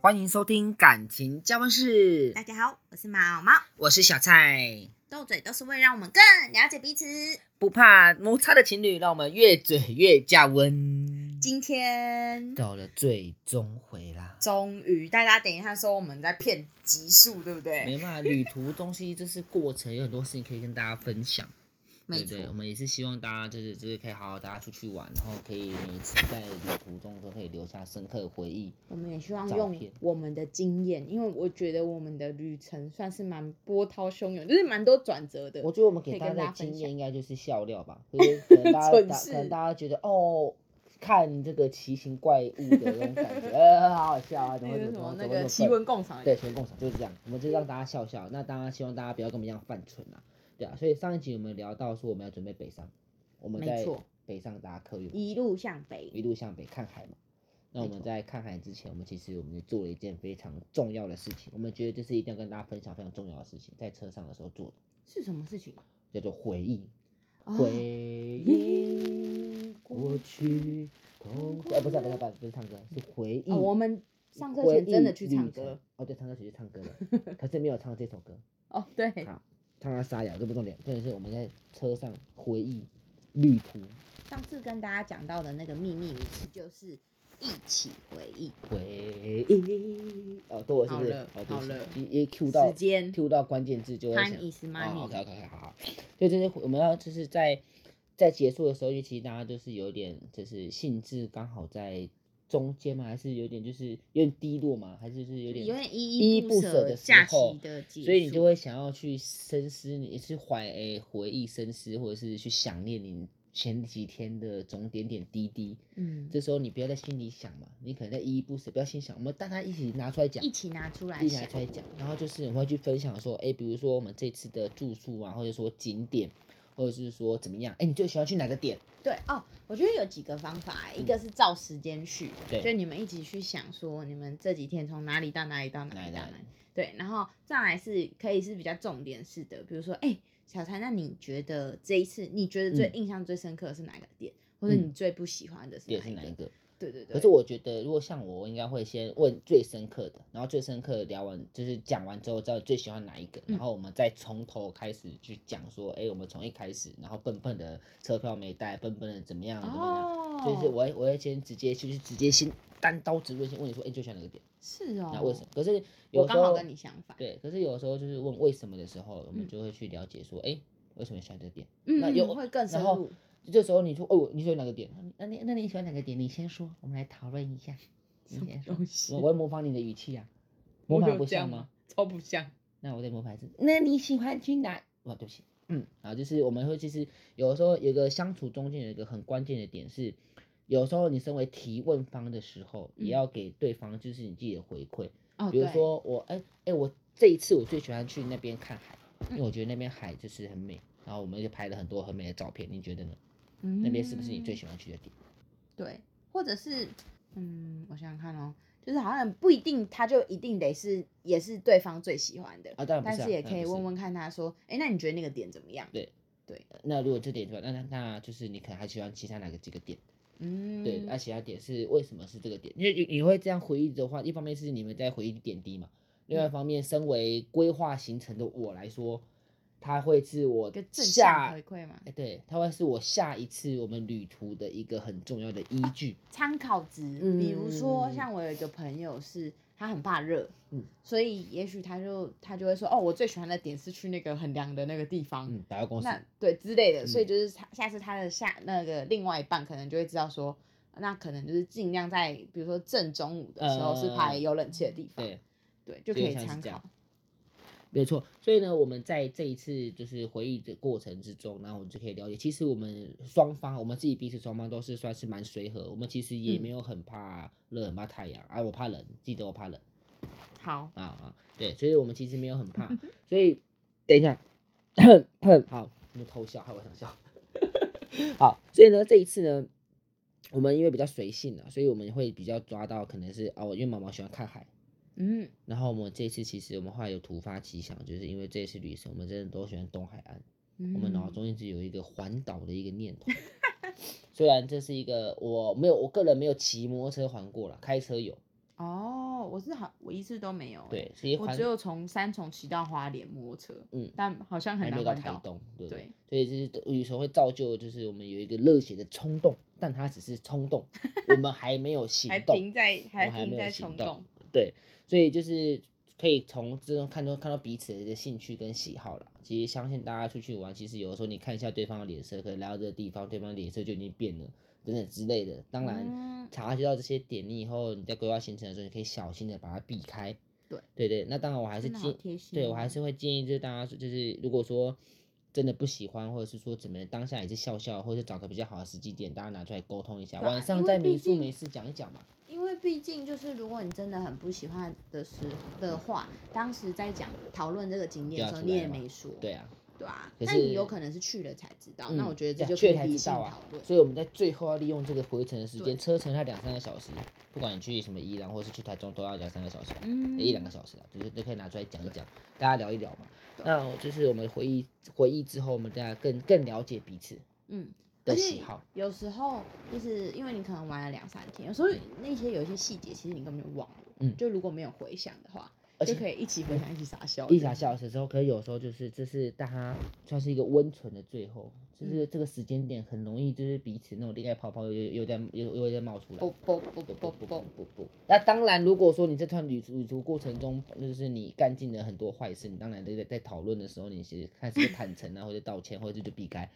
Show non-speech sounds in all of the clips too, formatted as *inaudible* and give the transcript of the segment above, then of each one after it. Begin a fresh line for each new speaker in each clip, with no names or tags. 欢迎收听《感情加温室
大》，家好，我是毛毛，
我是小蔡。
斗嘴都是为了让我们更了解彼此。
不怕摩擦的情侣，让我们越嘴越加温。
今天
到了最终回啦，
终于，大家等一下说我们在骗集数，对不对？
没办法，旅途东西就是过程，有很多事情可以跟大家分享。对
没
不
错
对，，我们也是希望大家就是就是可以好好大家出去玩，然后可以每一次在旅途中都可以留下深刻的回忆。
我们也希望
照
用
片
我们的经验，因为我觉得我们的旅程算是蛮波涛汹涌，就是蛮多转折的。
我觉得我们给
可以
大家
跟大
的
家分
经
享
验应该就是笑料
*laughs*
吧，就是可能大家大
蠢
可能
事
大家觉得哦，看这个奇形怪物的那种感觉， *laughs* 呃，好好笑啊，怎
那
么
个
会
什
怎
么
么
那
怎么
个
会这
奇
么笨
闻共赏，
对，全共享就是这样，我们就让大家笑笑。那当然希望大家不要跟我们一样犯蠢啊，对啊。所以上一集我们聊到说我们要准备北上，我们
没
在
错
北上搭客运，
一路向北，
一路向北看海嘛。那我
没
们
错
在看海之前，我们其实我们就做了一件非常重要的事情，我们觉得这是一定要跟大家分享非常重要的事情，在车上的时候做的，
是什么事情？
叫做回忆。
哦
回忆过去，痛苦。哎，不是啊，不是啊，不是啊不是唱歌，是回忆。
哦我们上课
回
前真的
忆
去
旅程
唱歌。
哦，对，上课前去唱歌
*laughs*
了，可是没有唱这首歌，
哦，对，
好唱到沙哑，这不重点，重点是我们在车上回忆旅途，
上次跟大家讲到的那个秘密武器就是一起回忆。
回忆。哦，对，是不是？
好了
哦，对不起
好了
一一 Q 到
时间
Q 到关键字就会想
Time is
哦
money，、
OK OK 好好，所以这是我们要就是在在结束的时候，就其实大家都是有点就是兴致刚好在中间嘛，还是有点就是有点低落嘛，还是就是有点
有点
依
依
依不舍的
舍
时
假
候
期的结束，
所以你就会想要去深思你，是怀诶回忆深思，或者是去想念你前几天的种点点滴滴。
嗯，
这时候你不要在心里想嘛，你可能在依依不舍，不要心想，我们大家一起拿出来讲
一。起拿出来
一起
想
来。来讲，然后就是我们会去分享说，哎，比如说我们这次的住宿啊，或者说景点，或者是说怎么样，哎，你最喜欢去哪个点？
对哦，我觉得有几个方法、欸一个是照时间序，
嗯对
就你们一起去想说你们这几天从哪里到哪里到哪
哪里
里
到
到
哪
哪
里
里，对，然后再来是可以是比较重点式的，比如说，哎、小蔡，那你觉得这一次你觉得最
嗯
印象最深刻的是哪个点，或者
嗯
你最不喜欢的是
点
哪
是
一
哪
个？
一个？
对对对。
可是我觉得，如果像我，我应该会先问最深刻的，然后最深刻的聊完，就是讲完之后，知道你最喜欢哪一个，然
嗯
后我们再从头开始去讲说，哎，我们从一开始，然后笨笨的车票没带，笨笨的怎么样怎么样，
哦，
就是我会我会先直接就是直接先单刀直入，先问你说，哎，你最喜欢哪个点？
是哦，
那为什么？可是有
我
时
刚好
候
跟你相反。
对，可是有时候就是问为什么的时候，我们
嗯
就会去了解说，哎、为什么喜欢这个点？
嗯，
那有
会更深
然后嗯
入。
这时候你说，哦，你喜欢哪个点？那你那你喜欢哪个点？你先说，我们来讨论一下。你
什么
先说
东，西
我我会模仿你的语气啊，模仿不像吗？？
超不像。
那我再模仿一次。那你喜欢去哪？哇，对不起，嗯，好，就是我们会其实有的时候有一个相处中间有一个很关键的点是，有时候你身为提问方的时候，
嗯
也要给对方就是你自己的回馈。
哦，
比如
对，
说我哎哎、我这一次我最喜欢去那边看海，因为
嗯
我觉得那边海就是很美，然后我们就拍了很多很美的照片，你觉得呢？那边是不是你最
嗯
喜欢去的地？
对？或者是，嗯，我想想看哦，就是好像不一定，他就一定得是也是对方最喜欢的
啊当然不
但
是啊
是也
当然
可以
不是
问问看他说，哎，那你觉得那个点怎么样？
对
对，
那如果这点的话，那那那就是你可能还喜欢其他哪个几个点？
嗯，
对，啊那、其他点是为什么是这个点？因为你你会这样回忆的话，一方面是你们在回忆点滴嘛，另
嗯
外一方面，身为规划行程的我来说，它会是我
一个正向
下
回馈嘛，
哎对，它会是我下一次我们旅途的一个很重要的依据。
参考值。比如说，
嗯
像我有一个朋友是，他很怕热，
嗯
所以也许他就他就会说，哦，我最喜欢的点是去那个很凉的那个地方，
嗯，百货公司
那对之类的，所以
嗯
就是他下次他的下那个另外一半可能就会知道说，那可能就是尽量在比如说正中午的时候是排
呃
有冷气的地方，
对。
对，就可
有
以
点像是
参
这样
考。
没错，所以呢，我们在这一次就是回忆的过程之中，然后我们就可以了解，其实我们双方，我们自己彼此双方都是算是蛮随和，我们其实也
嗯
没有很怕热，很怕太阳啊，我怕冷，记得我怕冷
好，
啊啊，对，所以我们其实没有很
*laughs*
怕，所以等一下，好，我们偷笑，害我想笑， *laughs* 好，所以呢，这一次呢。我们因为比较随性啊，所以我们会比较抓到可能是哦，因为毛毛喜欢看海，
嗯，
然后我们这次其实我们后来有突发奇想，就是因为这次旅程我们真的都喜欢东海岸，我们脑
嗯
中一直有一个环岛的一个念头。 *laughs* 虽然这是一个我没有我个人没有骑摩托车环过了，开车有，
哦，候，我是好，我一次都没有欸、
对，其实
我
环
只有从三重骑到花莲摩托车，
嗯
但好像很
还没
难
有到
环
台
岛。
东，对不
对，
所以就是都有时候会造就，就是我们有一个热血的冲动，但它只是冲
*laughs*
动，我们还没有行
还
动，
停在
我还
停
没有
在
行
虫
动
洞，
对，所以就是可以从之中看出看到彼此的一个兴趣跟喜好啦。其实相信大家出去玩，其实有的时候你看一下对方的脸色，可能来到这个地方，对方脸色就已经变了，等等之类的。当然，
嗯
察觉到这些点，你以后你在规划行程的时候，你可以小心的把它避开。
对
对对，那当然我还是
真的好
建
贴心哦。
对我还是会建议，就是大家说就是如果说真的不喜欢，或者是说怎么样当下也是笑笑，或者找个比较好的时机点，大家拿出来沟通一下。
对啊
晚
因
上
为
在
毕
民宿
竟
没事讲一讲嘛。
因为毕竟就是，如果你真的很不喜欢的时的话，当时在讲讨论这个景点的时候，
就
你
要出来
也
嘛
没说，
对啊，
对啊，
可
那你
是
有可能是去了才知道，
嗯
那我觉得
对
这
啊
就可
去
以
了才
理
知
性
道啊
讨论。
所以我们在最后要利用这个回程的时
对
间，车程要两三个小时，不管你去什么宜兰或是去台中，都要两三个小时吧。
嗯，
一两个小时啊，就是都可以拿出来讲一讲，大家聊一聊嘛。
对
那我就是我们回忆回忆之后，我们大家更更了解彼此
嗯，
的
而
喜
且
好。
有时候就是因为你可能玩了两三天，有时候那些有一些细节，其实你根本就忘了。
嗯
就如果没有回想的话，
而
就
且
可以一起回想，一起傻笑。
一两小时之后，可是有时候就是这是大家算是一个温存的最后，
嗯
就是这个时间点很容易就是彼此那种恋爱泡泡又又又在又又在冒出来。
啵啵啵啵
不不不
啵
不 *laughs*
啵，
不不。那当然，如果说你这段旅途旅途过程中，就是你干尽了很多坏事，你当然这个在讨论的时候，你是开始坦诚啊，或者道歉，或者就避
*laughs*
开。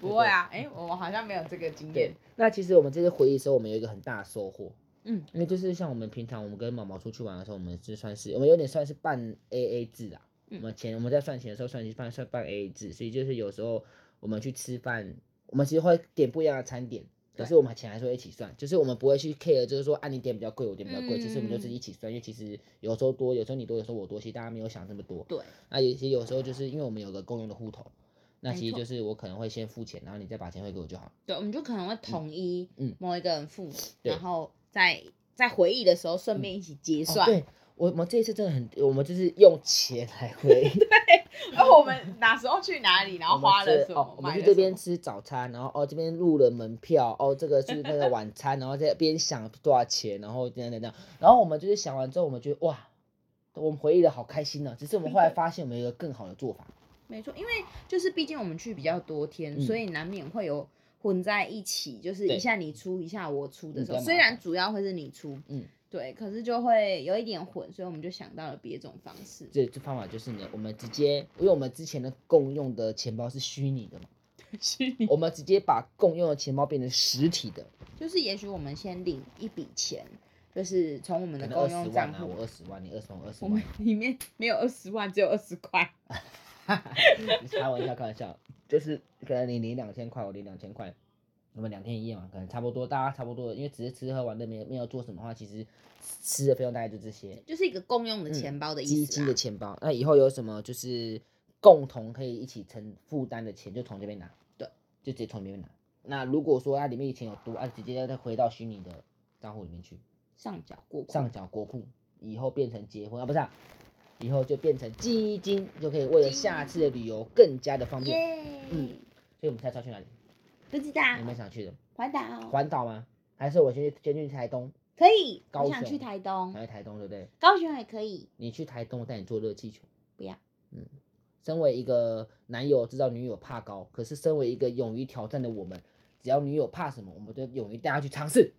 不会啊，哎，我好像没有这个经
对
验。，
那其实我们这次回忆的时候，我们有一个很大的收获，
嗯，
因为就是像我们平常我们跟毛毛出去玩的时候，我们就算是我们有点算是半 A A 制啦。
嗯
我们钱我们在算钱的时候算半算半 A A 制，所以就是有时候我们去吃饭，我们其实会点不一样的餐点，可
对
是我们钱还是会一起算，就是我们不会去 care，就是说啊你点比较贵，我点比较贵，其实我们就是
嗯
一起算，因为其实有时候多，有时候你多，有时候我多，其实大家没有想这么多。
对，
那也其实有时候就是因为我们有个共用的户头，那
没
其实
错
就是我可能会先付钱，然后你再把钱汇给我就好了。
对，我们就可能会统一
嗯
某一个人付，
对
然后在在回忆的时候顺便一起结
哦
算。
对我我们这一次真的很，我们就是用钱来回忆
*laughs* 然后我们哪时候去哪里，然
我
后
们
花了
吃
什
哦
么，，
我们
买
去
了
这
什
边
么
吃早餐，然后哦这边入了门票，哦这个是那个晚餐，然后在边想多少钱，然后这样这样这样，然后我们就是想完之后，我们觉得哇，我们回忆的好开心呢、哦只是我们后来发现我们有一个更好的做法，
没错，因为就是毕竟我们去比较多天，
嗯
所以难免会有混在一起，就是
对
一下你出一下我出的
嗯
时候，
比较
虽
麻
然主要会是你出，
嗯，
对，可是就会有一点混，所以我们就想到了别种方
*laughs*
式。
这这方法就是呢，我们直接，因为我们之前的共用的钱包是虚拟的嘛，
虚拟
我们直接把共用的钱包变成实体的，
就是也许我们先领一笔钱，就是从我们
可
的
能
共
二十
用
万
账
啊，
户
我，二十万，你二十万，我二十
我
万
们，里面没有二十万，只有二十块。
*laughs* 开玩笑，开玩笑，就是可能你领两千块，我领两千块，我们两天一夜嘛，可能差不多，大家差不多，因为只是吃喝玩乐，没有没有做什么的话，其实吃的费用大概就这些，
就是一个共用的
嗯
钱包的
基
意思啊
金
啦。
的钱包。那以后有什么就是共同可以一起承负担的钱，就从这边拿，
对，
就直接从这边拿。那如果说它里面以前有多，啊，直接再回到虚拟的账户里面去，
上缴过库
上缴国库，以后变成结婚啊，不是啊、以后就变成基金，就可以为了下次的旅游更加的方便。
耶，
嗯所以我们猜猜去哪里？
不知道
你们想去的
环岛
环岛吗？还是我先去先去台东？
可以，
高
我想
雄哎
去台东
想，去台东对不对？
高雄也可以，
你去台东，我带你坐热气球。
不要。
嗯，身为一个男友知道女友怕高，可是身为一个勇于挑战的我们，只要女友怕什么，我们就勇于带她去尝试。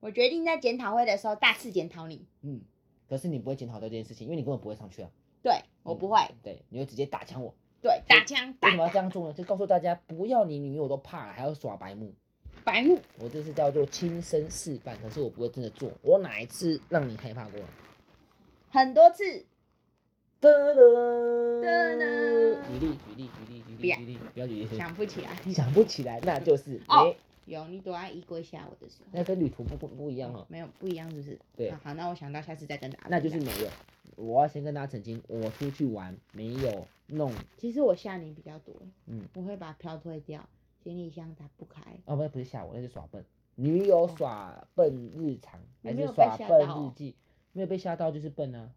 我决定在检讨会的时候大肆检讨你。
嗯，可是你不会检讨到这件事情，因为你根本不会上去啊。
对我不会，
对，你会直接打枪我。
对打枪
为什么要
打
这样做呢？就告诉大家，不要你女友都怕了，还要耍白目。
白目，
我这是叫做亲身示范，可是我不会真的做。我哪一次让你害怕过了？
很多次
噔噔
噔噔
举例举例举例举
不
例
要
举例，不要举例。
想不起来。
想不起来，那就是
哦
没，
有你躲在衣柜下我的时候，
那跟旅途不不不一样哦，
没有不一样是不是？
对
啊好，那我想到下次再跟大家分享。
那就是没有。我要先跟大家澄清，我出去玩没有弄，
其实我吓你比较多，
嗯，
我会把票退掉，行李箱打不开，
哦不是不是吓我，那是耍笨。女友耍笨日常
你
还
没
是
有被
耍
吓
笨
到
日
哦
记？没有被吓到就是笨啊。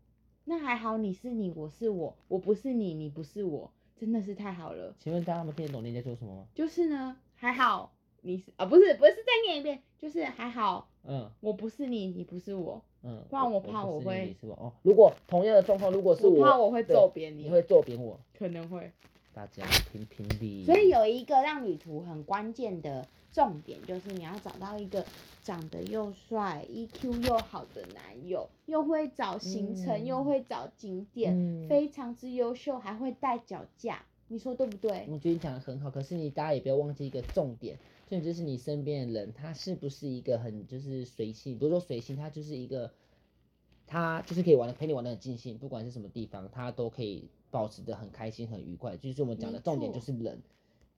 那还好你是你，我是我，我不是你，你不是我，真的是太好了。
请问大家们听得懂你在说什么吗？
就是呢，还好你是啊、不是不是再念一遍，就是还好
嗯，
我不是你，你不是我，
嗯，
不然我怕
不
我
是
会
你是吧？哦，如果同样的状况，如果是
我怕我会
对
揍扁
你
你，
会揍扁我，
可能会。
大家评评理。
所以有一个让旅途很关键的重点，就是你要找到一个长得又帅、EQ 又好的男友，又会找行程，
嗯
又会找景点，
嗯
非常之优秀，还会带脚架，你说对不对？
我觉得你讲的很好，可是你大家也不要忘记一个重点，重点就是你身边的人，他是不是一个很就是随性，不是说随性，他就是一个，他就是可以玩的陪你玩的很尽兴，不管是什么地方，他都可以保持的很开心很愉快。就是我们讲的
没
重点就
错
是人，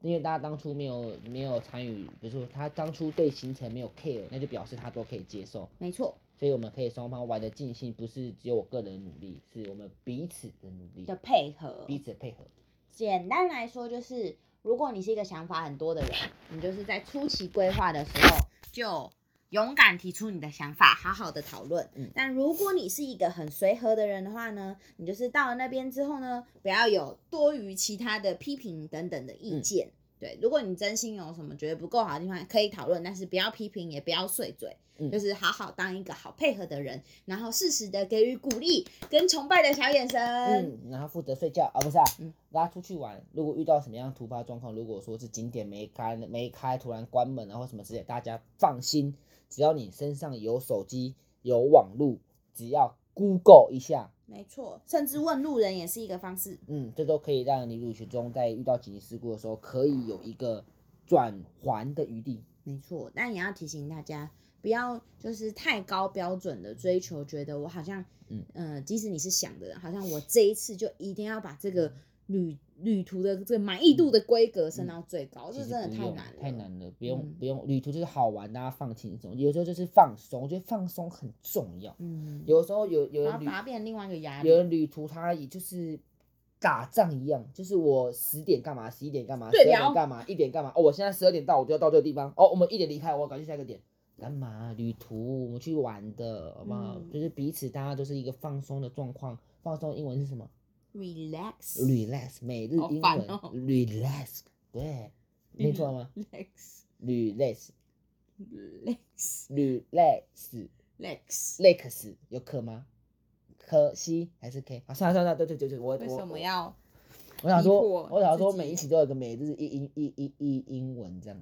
因为大家当初没有没有参与，比如说他当初对行程没有 care，那就表示他都可以接受。
没错，
所以我们可以双方玩的尽兴，不是只有我个人努力，是我们彼此的努力
的，配合。
彼此的配合。
简单来说，就是如果你是一个想法很多的人，你就是在初期规划的时候就勇敢提出你的想法，好好的讨论。
嗯
但如果你是一个很随和的人的话呢，你就是到了那边之后呢，不要有多余其他的批评等等的意
嗯
见。对，如果你真心有什么觉得不够好的地方，可以讨论，但是不要批评，也不要碎嘴，
嗯
就是好好当一个好配合的人，然后适时的给予鼓励跟崇拜的小眼神。
嗯，然后负责睡觉啊，不是啊
嗯，
拉出去玩。如果遇到什么样的突发状况，如果说是景点没开、没开，突然关门啊或什么之类，大家放心，只要你身上有手机、有网络，只要 Google 一下，
没错，甚至问路人也是一个方式。
嗯，这都可以让你旅途中在遇到紧急事故的时候，可以有一个转圜的余地。
没错，但也要提醒大家，不要就是太高标准的追求，觉得我好像，
嗯
呃，即使你是想的人，好像我这一次就一定要把这个旅旅途的这个满意度的规格升到最高，
嗯其
哦这
实
真的
不
太
用
难了，
太难了，不用、
嗯
不用，旅途就是好玩，大家放轻松。有时候就是放松，我觉得放松很重要。
嗯，
有时候有有人
然后
旅
把它变成另外一个压力
有。人旅途他也就是打仗一样，就是我十点干嘛，十一点干嘛，十
对
二点
聊
干嘛，一点干嘛。哦，我现在十二点到，我就要到这个地方。哦，我们一点离开，我要赶去下一个点。干嘛？旅途我们去玩的，好不好？
嗯
就是彼此大家都是一个放松的状况。放松英文是什么
Relax，
？relax，每日
好
英
烦
文、
哦嗯
relax，对，念错了吗
*laughs* Relax，Relax，Relax，
？relax，relax，累 *laughs* 克斯有可吗？可惜还是 K 啊，算了算了，对对对对，我
为
我
什么要？
我想说，
逼迫
我想说，
自己
每一期都有个每日一英一一一英文这样。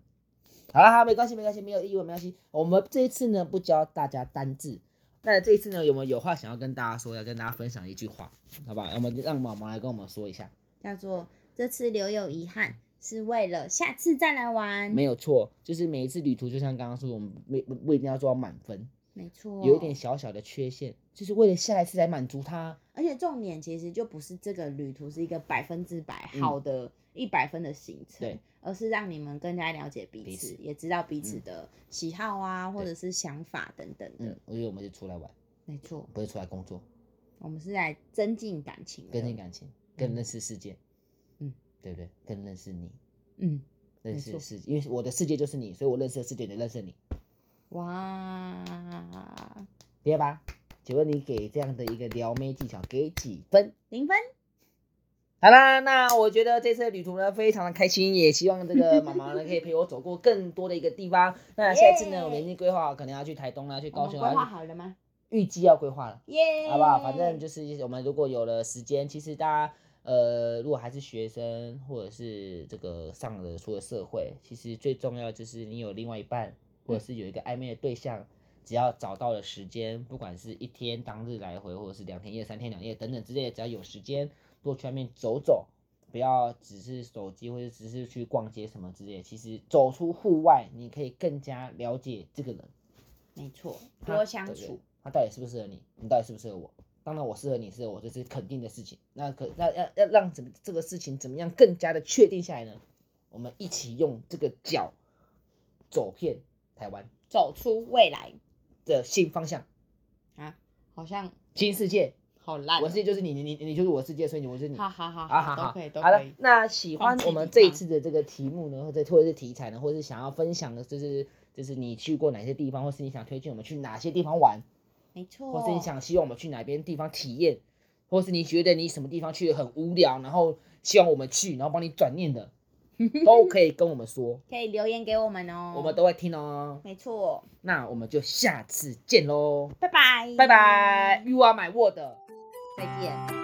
好了，好，没关系，没关系，没有英文没关系。我们这一次呢，不教大家单字。那这一次呢，有没有有话想要跟大家说，要跟大家分享一句话，好吧？我们就让毛毛来跟我们说一下，
叫做这次留有遗憾，是为了下次再来玩。
嗯
没有错，就是每一次旅途，就像刚刚说，我们不不不一定要做到满分，
没错，
有一点小小的缺陷，就是为了下一次来满足它。
而且重点其实就不是这个旅途是一个百分之百
嗯
好的、一百分的行程，
对，
而是让你们更加了解彼
彼
此，
此
也知道彼此
嗯
的喜好啊，或
对
者是想法等等的。
嗯，我觉得我们是出来玩，
没错，
不是出来工作，
我们是来增进感情，
更
啊
进，感情，更认识世界，
嗯，
对不对？更认识你。
嗯，
认
没
识
错
世，因为我的世界就是你，所以我认识的世界也认识你，
哇，
厉害吧？请问你给这样的一个撩妹技巧给几分？
零分，
好啦，那我觉得这次的旅途呢非常的开心，也希望这个妈妈呢可以陪我走过更多的一个地方。那下一次呢，我们已经规划好，可能要去台东啦，去
我
高
们规
雄
划
啊，
好了吗？
预计要规划了。
耶、
好不好？反正就是我们如果有了时间，其实大家呃，如果还是学生或者是这个上了出了社会，其实最重要就是你有另外一半，或者是有一个暧昧的对象，只要找到了时间，不管是一天当日来回，或者是两天一夜、三天两夜等等之类的，只要有时间多去外面走走。不要只是手机，或者只是去逛街什么之类的。其实走出户外，你可以更加了解这个人，
没错，
他
多相
对不对
处，
他到底适不适合你，你到底适不适合我？当然我适合你，适合我，这是肯定的事情。那可那要要让怎么这个事情怎么样更加的确定下来呢？我们一起用这个脚走遍台湾
走出未来
的新方向、
啊，好像哦
新世界。
好烂
我的世界就是你，你你你就是我的世界，所以你我就是你。
啊好好好
好好
都
好，
可以，都
好
可
了
以。。
那喜欢
放弃
我们
抵
这一
抗
次的这个题目呢，或者或者是题材呢，或者是想要分享的，就是就是你去过哪些地方，或是你想推荐我们去哪些地方玩，
没错，
或是你想希望我们去哪边地方体验，或是你觉得你什么地方去得很无聊，然后希望我们去，然后帮你转念的，都可以跟我们说，
可以留言给我们哦。
我们都会听哦。
没错，
那我们就下次见喽，
拜拜，
拜拜，You are my world。
再见。